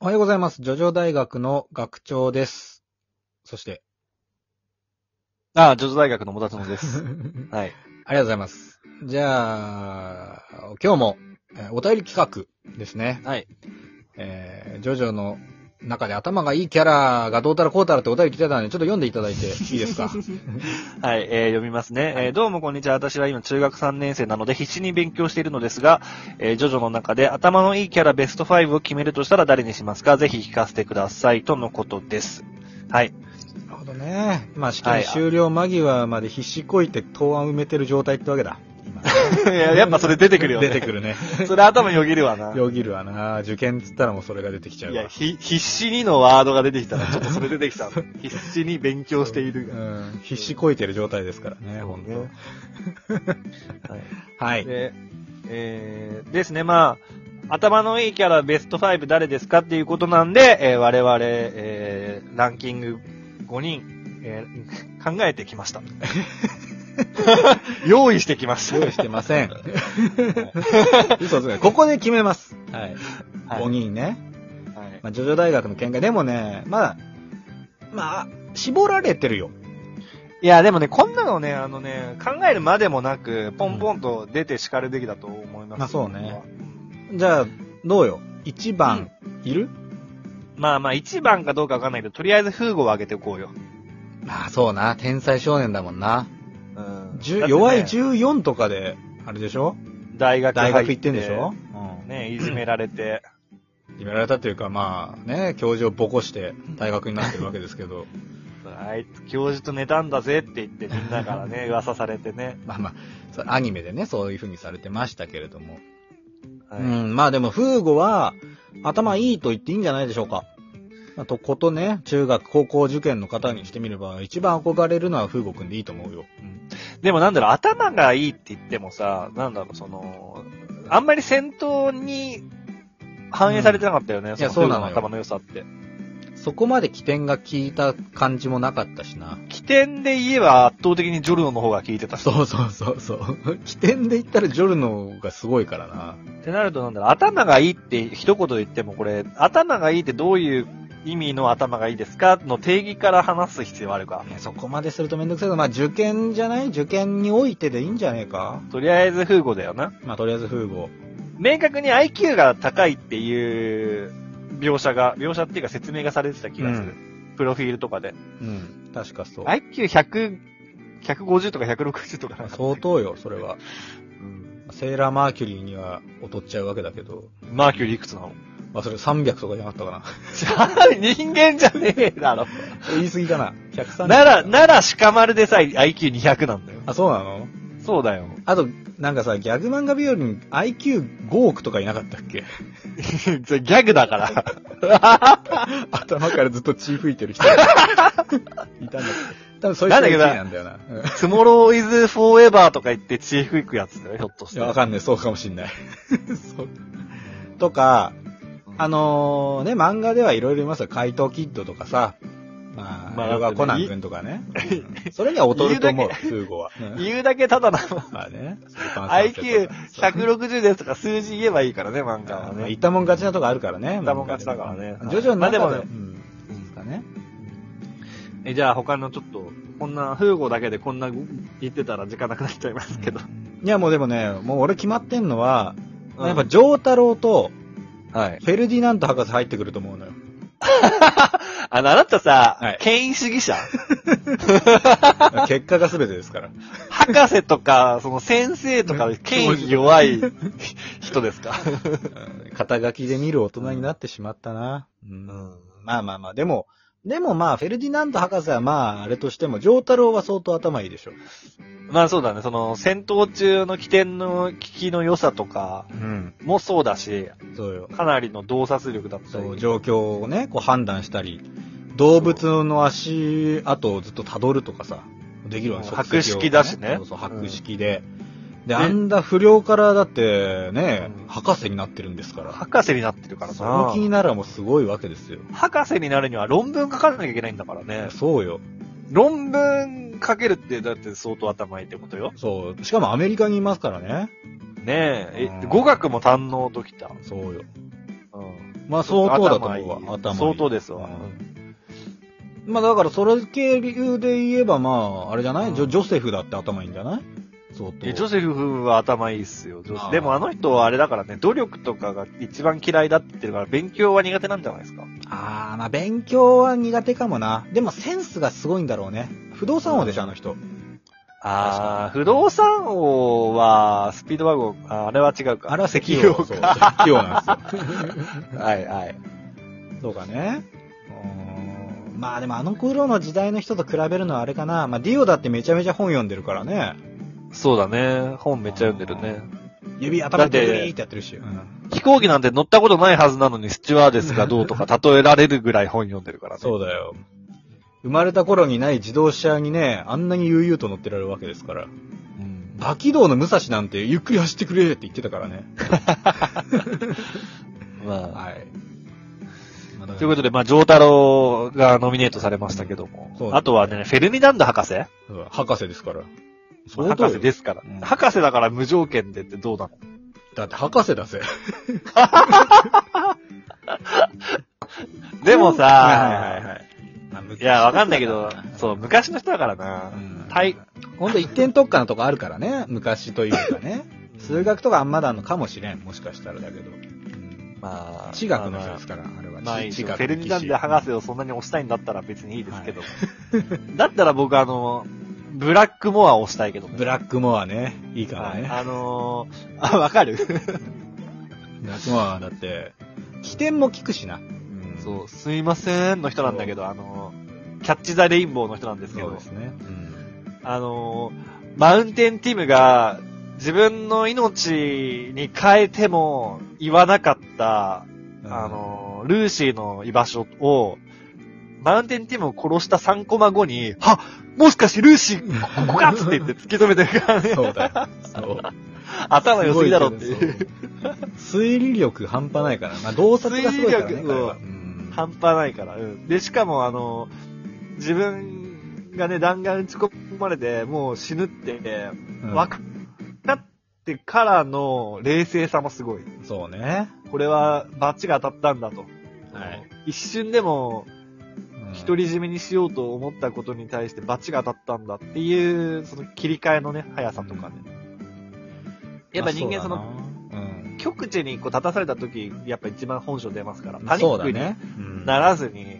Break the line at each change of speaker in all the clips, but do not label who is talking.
おはようございます。ジョジョ大学の学長です。そ して、
ああ、ジョジョ大学のモダツノ です。
あ
はい。
りがとうございます。じゃあ、今日も、えーお便り企画ですね。
はい。
えー、ジョジョの中で頭がいいキャラがどうたらこうたらってお便り来てたので、ちょっと読んでいただいていいです か
はい、えー読みますね。えーどうもこんにちは。私は今中学3年生なので必死に勉強しているのですが、えージョジョの中で頭のいいキャラベスト5を決めるとしたら誰にしますかぜひ聞かせてください。とのことです。 はい。
なるほどね。まあ、試
は
験
い
終了間際まで必死こいて答案埋めてる状態ってわけだ。 今
いややっぱそれ出てくるよね。
出てくる ね。
る。それ頭よぎるわな。
よぎるわな。受験っつったらもうそれが出てきちゃう
い
わ。
や、ひ、必死にのワードが出てきたら、ちょっとそれ出てきた。必死に勉強している
う。ん。必死こいてる状態ですからね、
そう
本
ねはい。
当。はい。
で、えー、ですね、まあ、頭のいいキャラベスト5誰ですかっていうことなんで、えー我々、えー、ランキング5人、えー考えて きました。用意してきました。
用意してません。 嘘つけ。ここで決めます。はい。
はい
5人ね。
はい
まあ、ジョジョ大学の見解。でもね、まだ、まあ、絞られてるよ。
いや、でもね、こんなのね、あのね、考えるまでもなく、ポンポンと出て叱るべきだと思います。
まあそうね。じゃあ、どうよ。1番、いる
まあまあ、1番かどうかわかんないけど、とりあえずフーゴを上げておこうよ。
まあ、そうな。天才少年だもんな。
うん
10
だってね
弱い14とかで、あれでしょ
大学入
大学行ってんでしょ
ね、いじめられて。
うん。決められたというか、まあね、教授をボコして大学になってるわけですけど。
あいつ教授と寝たんだぜって言ってみんなか らね、噂されてね。
まあまあ、そうアニメでね、そういう風にされてましたけれども。
はい
うん、まあでも、フーゴは、頭いいと言っていいんじゃないでしょうか。まあ、とことね、中学、高校受験の方にしてみれば、一番憧れるのはフーゴくんでいいと思うよ。
でもなんだろう、頭がいいって言ってもさ、なんだろう、その、あんまり戦闘に反映されてなかったよね、
んいや
の
そうなのよ
頭の良さって。
そこまで起点が効いた感じもなかったしな。
起点で言えば圧倒的にジョルノの方が効いてたし。
そうそうそうそう。 起点で言ったらジョルノがすごいからな。
ってなるとなんだろう、頭がいいって一言で言ってもこれ、頭がいいってどういう意味の頭がいいですかの定義から話す必要あるか。
いやそこまでするとめんどくさいけど、まあ受験じゃない受験においてでいいんじゃねえか
とりあえず風語だよな。
まあとりあえずフーゴ。
明確に IQ が高いっていう描写が、描写っていうか説明がされてた気がする。
う
プロフィールとかで。
うん。確かそう。
IQ100、150とか160とか
ま
な
あ
んか
相当よ、それは。
うん
セーラーマーキュリーには劣っちゃうわけだけど、
マーキュリーいくつなの
まあそれ300とかじゃなかったかな。
じゃあ、人間じゃねえだろ。
言い過ぎかな。130。
なら、なら、しかまるでさえ IQ200 なんだよ。
あ、そうなの
そうだよ。
あと、なんかさ、ギャグ漫画日和に IQ5 億とかいなかったっけ
それギャグだから。
頭からずっと血吹いてる人。 いたんだっけ多分そういう
な
人
んだけど
が1位なんだよな。うん
トゥモローイズフォーエバーとか言ってチーフ行くやつだよ、ひょっとし
い
て。
や、わかんない。そうかもし んない。そうとか、あのね、漫画ではいろいろいますよ。怪盗キッドとかさ、まあ、
まあ
ヨガコナン君とかね。うんそれには劣ると思う、スーゴは。うん
言うだけただな。
まあね。スーパーサーキットとかそう
IQ160 ですとか数字言えばいいからね、漫画は
まあ
ね。
言ったもん勝ちなとこあるからね。
言ったもん勝ちだからね
うん徐々に
まあでも
ね
ね、
うんですかね。
え、じゃあ他のちょっと、こんな、風語だけでこんな言ってたら時間なくなっちゃいますけど。
いや、もうでもね、もう俺決まってんのは、
うん
やっぱ、ジョータロウと、
はい。
フェルディナント博士入ってくると思う のよ。
あの、あなたさ、
はい
権威主義者
結果が全てですから。
博士とか、 その先生とかで権威弱い人ですか
うん肩書きで見る大人になってしまったな。うん
うん。
まあまあまあ、でも、でもまあ、フェルディナント博士はまあ、あれとしても、ジョータロウは相当頭いいでしょ。
まあそうだね、その、戦闘中の起点の効きの良さとか
うん。
もそうだし、
そうよ。
かなりの洞察力だったり。
そう、状況をね、こう判断したり、動物の足跡をずっと辿るとかさ、できるわけ
うん
即席を
博識だしね
そうそう、
うん
白式で。で、
ね
あんだ不良からだってね、
うん
博士になってるんですから。
博士になってるからな。
その気にならもうすごいわけですよ。
博士になるには論文書かなきゃいけないんだからね。
そうよ。
論文書けるって、だって相当頭いいってことよ。
そう。しかもアメリカにいますからね。
ねえ、
うん
え語学も堪能ときた。
そうよ。
うん。
まあ相当だと思うわ、頭いい
相当ですわ。
まあだからそれ系理由で言えばまあ、あれじゃない、ジョジョセフだって頭いいんじゃない相当。
いやジョセフは頭いいっすよ。ジョ
あー
でもあの人はあれだからね、努力とかが一番嫌いだって言ってるから、勉強は苦手なんじゃないですか。
あー、まあ勉強は苦手かもな。でもセンスがすごいんだろうね。不動産王でしょ、あの人。
ああ、不動産王は、スピードワゴン、ああれは違うか。
あれは石
石
油
油
王。
王
そう
か。
石油王なんですよ。
はいはい。
そうかね。うーんまあでもあの頃の時代の人と比べるのはあれかな。まあディオだってめちゃめちゃ本読んでるからね。
そうだね。本めっちゃ読んでるね。
指頭で
だって
グリーってやってるし。うん
飛行機なんて乗ったことないはずなのに、スチュワーデスがどうとか例えられるぐらい本読んでるからね。
そうだよ。生まれた頃にない自動車にね、あんなに悠々と乗ってられるわけですから。
うん
馬騎道の武蔵なんてゆっくり走ってくれって言ってたからね。
まあ。
はい。
ということで、まあ、ジョータロがノミネートされましたけども。
そうだね
あとはね、フェルミナンド博士
うん博士ですから。。
博士ですすから、
うん
博士だから無条件でってどうなの
だって博士だぜ。
でもさ、
い。まあ昔
いや、わかんないけど、そう、昔の人だからな。
うん
はい。
ほんと一点特化のとこあるからね。昔というかね。数学とかあんまだのかもしれん。もしかしたらだけど。うん
まあ、
地学の人
まあ
ですから、あれは。
まあ、いい
地
です
地学
よフェルミナンデ博士をそんなに推したいんだったら別にいいですけど。だったら僕あの、ブラックモアを推したいけどね。
ブラックモアね。いいから
は
ね。
い。あのー、あ、わかる
ブラックモアはだって、起点も効くしな。うん
そう、すいませんの人なんだけど、あのー、キャッチザレインボーの人なんですけ
そう
ど
で、すね。うん
あのー、マウンテンティムが自分の命に変えても言わなかった、あ、のー、ルーシーの居場所を、マウンテンティムを殺した3コマ後に、はっもしかしてルーシー、ここかっつって言って突き止めてるからね。
そうだよ。そう。
頭良すぎだろっていう。
そう。推理力半端ないから。まあ、洞察がすごいからね。
推理力そう
彼はうん
半端ないから。うん。で、しかもあの、自分がね、弾丸打ち込まれて、もう死ぬって、
うん
分かってからの冷静さもすごい。
そうね。
これはバッチが当たったんだと。
はい
一瞬でも
うん
独り占めにしようと思ったことに対してバッチが当たったんだっていう、その切り替えのね、速さとかね。やっぱ人間そ、
ま
の
あうだなうん
極地にこう立たされた時、やっぱ一番本性出ますから。
まあ
パニ
そう
ッ
だ
クに
ね。
ならずに、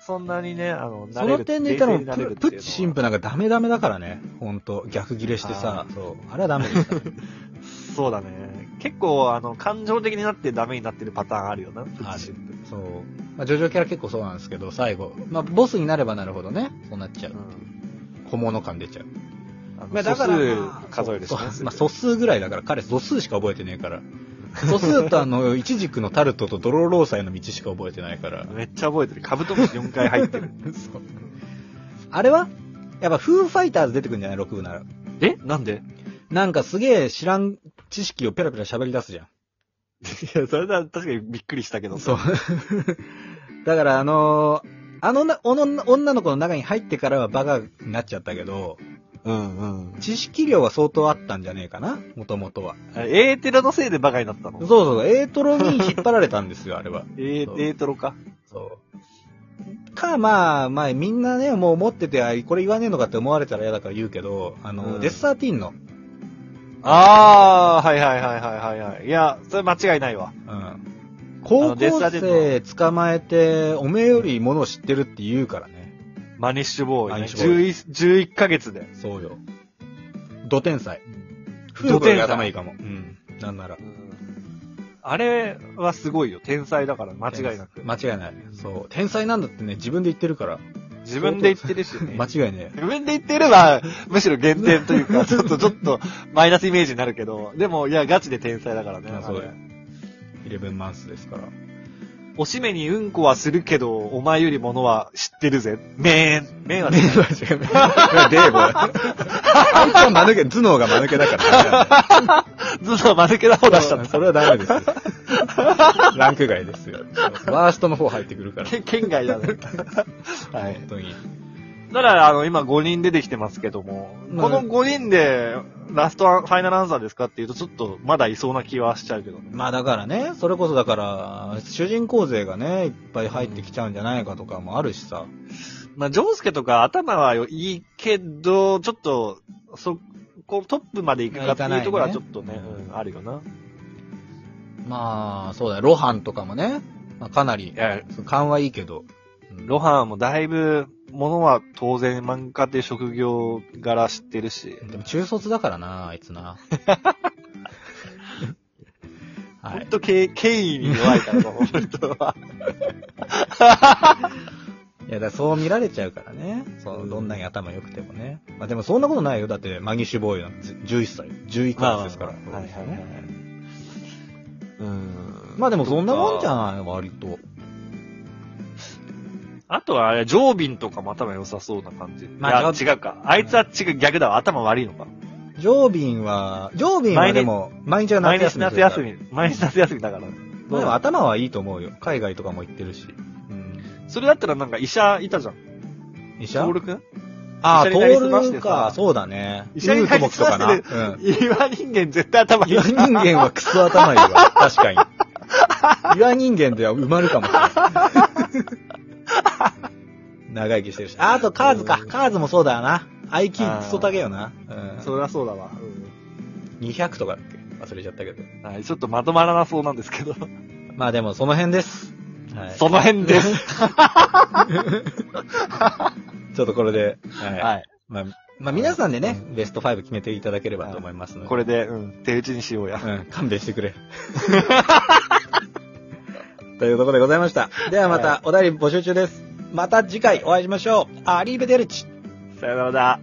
そんなにね、あの、
うん
慣
そ
れる
の点で言ったらもう
冷静になれる
プ、プ
っていうのは
ッチ神父なんかダメダメだからね。ほんと、逆ギレしてさ。そう。あれはダメでした。
そうだね。結構、あの、感情的になってダメになってるパターンあるよな、プッチシンプ
そう。まあ、ジョジョキャラ結構そうなんですけど、最後。まあ、ボスになればなるほどね。そうなっちゃう
う。ん。
小物感出ちゃう。
あの
まあだ
素
から
数数えるしね
そうまあ、素数ぐらいだから、彼素数しか覚えてねえから。 素数とあの、イチジクのタルトとドロローサイの道しか覚えてないから。
めっちゃ覚えてる。カブトムシ4回入っ てる。
そうあれはやっぱ、フーファイターズ出てくるんじゃない ?6 部なら。
えなんで
なんかすげえ知らん知識をペラペラ喋り出すじゃ
いや、それは確かにびっくりしたけど。
ん。そう。 だからあのーあのな、おの女の子の中に入ってからはバカになっちゃったけど、
うんうん。
知識量は相当あったんじゃねえかなもともとは。
あれ A テラのせいでバカになっ
そ
た
う
の
そうそう、エートロに引っ張られたんですよ、あれは。
A,
そう
A トロか。
そう。か、まあ、まあ、みんなね、もう持ってて、あこれ言わねえのかって思われたら嫌だから言うけど、あの、
うん
デスサーティーンの、
あー、はいはいはいはいはいはい。いや、それ間違いないわ。
うん。高
デスサ
校
ーティー
生捕まえて、おめえよりもの知ってるって言うからね。
マニッシュボーイ、
マ
ね。
ニッシュボー
11, 11ヶ月で。
そうよ。ド天才。
ド天才
風呂より頭いいかも。うん。なんなら。
あれはすごいよ。天才だから、間違いなく。
間違いない。そう。天才なんだってね、自分で言ってるから。
自分で言ってるしね。
間違いね
自分で言ってれば、むしろ減点というか、ちょっと、ちょっと、マイナスイメージになるけど、でも、いや、ガチで天才だからね。
あそうだよ
あれ
え。11マンスです から。
おしめにうんこはするけど、お前よりものは知ってるぜ。めーん。めーんは
デ
ね、
ーブは違う。デーブは。本当は間抜け、頭脳が間抜けだから。
ずっと間抜けな方出しちゃ っ
それはダメですよ。ランク外 ですよ。ワーストの方入ってくるから。
た。県外だね。はい
本。当に。
だから、あの、今5人出てきてますけども、
うん
この5人で、ラストアンファイナルアンサーですかっていうと、ちょっと、まだいそうな気はしちゃうけどね。
まあだからね、それこそだから、主人公勢がね、いっぱい入ってきちゃうんじゃないかとかもあるしさ。
まあ、ジョースケとか頭はいいけど、ちょっと、そ、こう、トップまで行くかっていうところはちょっとね、
いかないね
うん、あるよな。
まあ、そうだよ、ロハンとかもね、まあ、かなり
い、や、
勘はいいけど。うん
ロハンもだいぶ、ものは当然漫画っていう職業柄知ってるし。
でも中卒だからな、あいつ な。は
ほん
い。
と、け権威に弱い から、ほんとは。
いや、だからそう見られちゃうからね。そうう、
ん
どんなに頭良くてもね。まあでもそんなことないよ。だって、マギシュボーイなんて11歳、11ヶ月ですから。
まあまあはいはいはい。うん。
まあでもそんなもんじ
ん。
ゃない割と。
あとはあれ、ジョービンとかも頭良さそうな感じ。
まあ
いや違うか。あいつは違う、逆だわ。頭悪いのか。
ジョービンは、ジョービンはでも、毎日は
毎
夏
日
休み
夏
です
休
るから。
み。毎日夏休みだから。
まあでも頭はいいと思うよ。海外とかも行ってるし。うん。
それだったらなんか医者いたじゃん。
医者
登録
ああ、
医者になりすま
登
して
録
さ
か。そうだね。
医者になりすまして
ルークモクとか
岩人間絶対頭
な。うん。
いい
岩。人間はクソ頭いいわ。確かに。岩人間では埋まるかもしれない。長生きしてるし。あ、あとカーズか
う。ん
カーズもそうだよな。IQ クソ高えよな。う
そりゃそうだわ。
ん。200とかだっけ忘れちゃったけど。
はい、ちょっとまとまらなそうなんですけど。
まあでもその辺です。はい。
その辺です。
ちょっとこれで、はい。
はい。
まあ、まあ皆さんでね、ベスト5決めていただければと思いますので。
これで、うん、手打ちにしようや。
うん、勘弁してくれ。 ということでございました。ではま
は
たお便り募集中です。また次回お会いしましょう。アリーベデルチ。
さよならだ。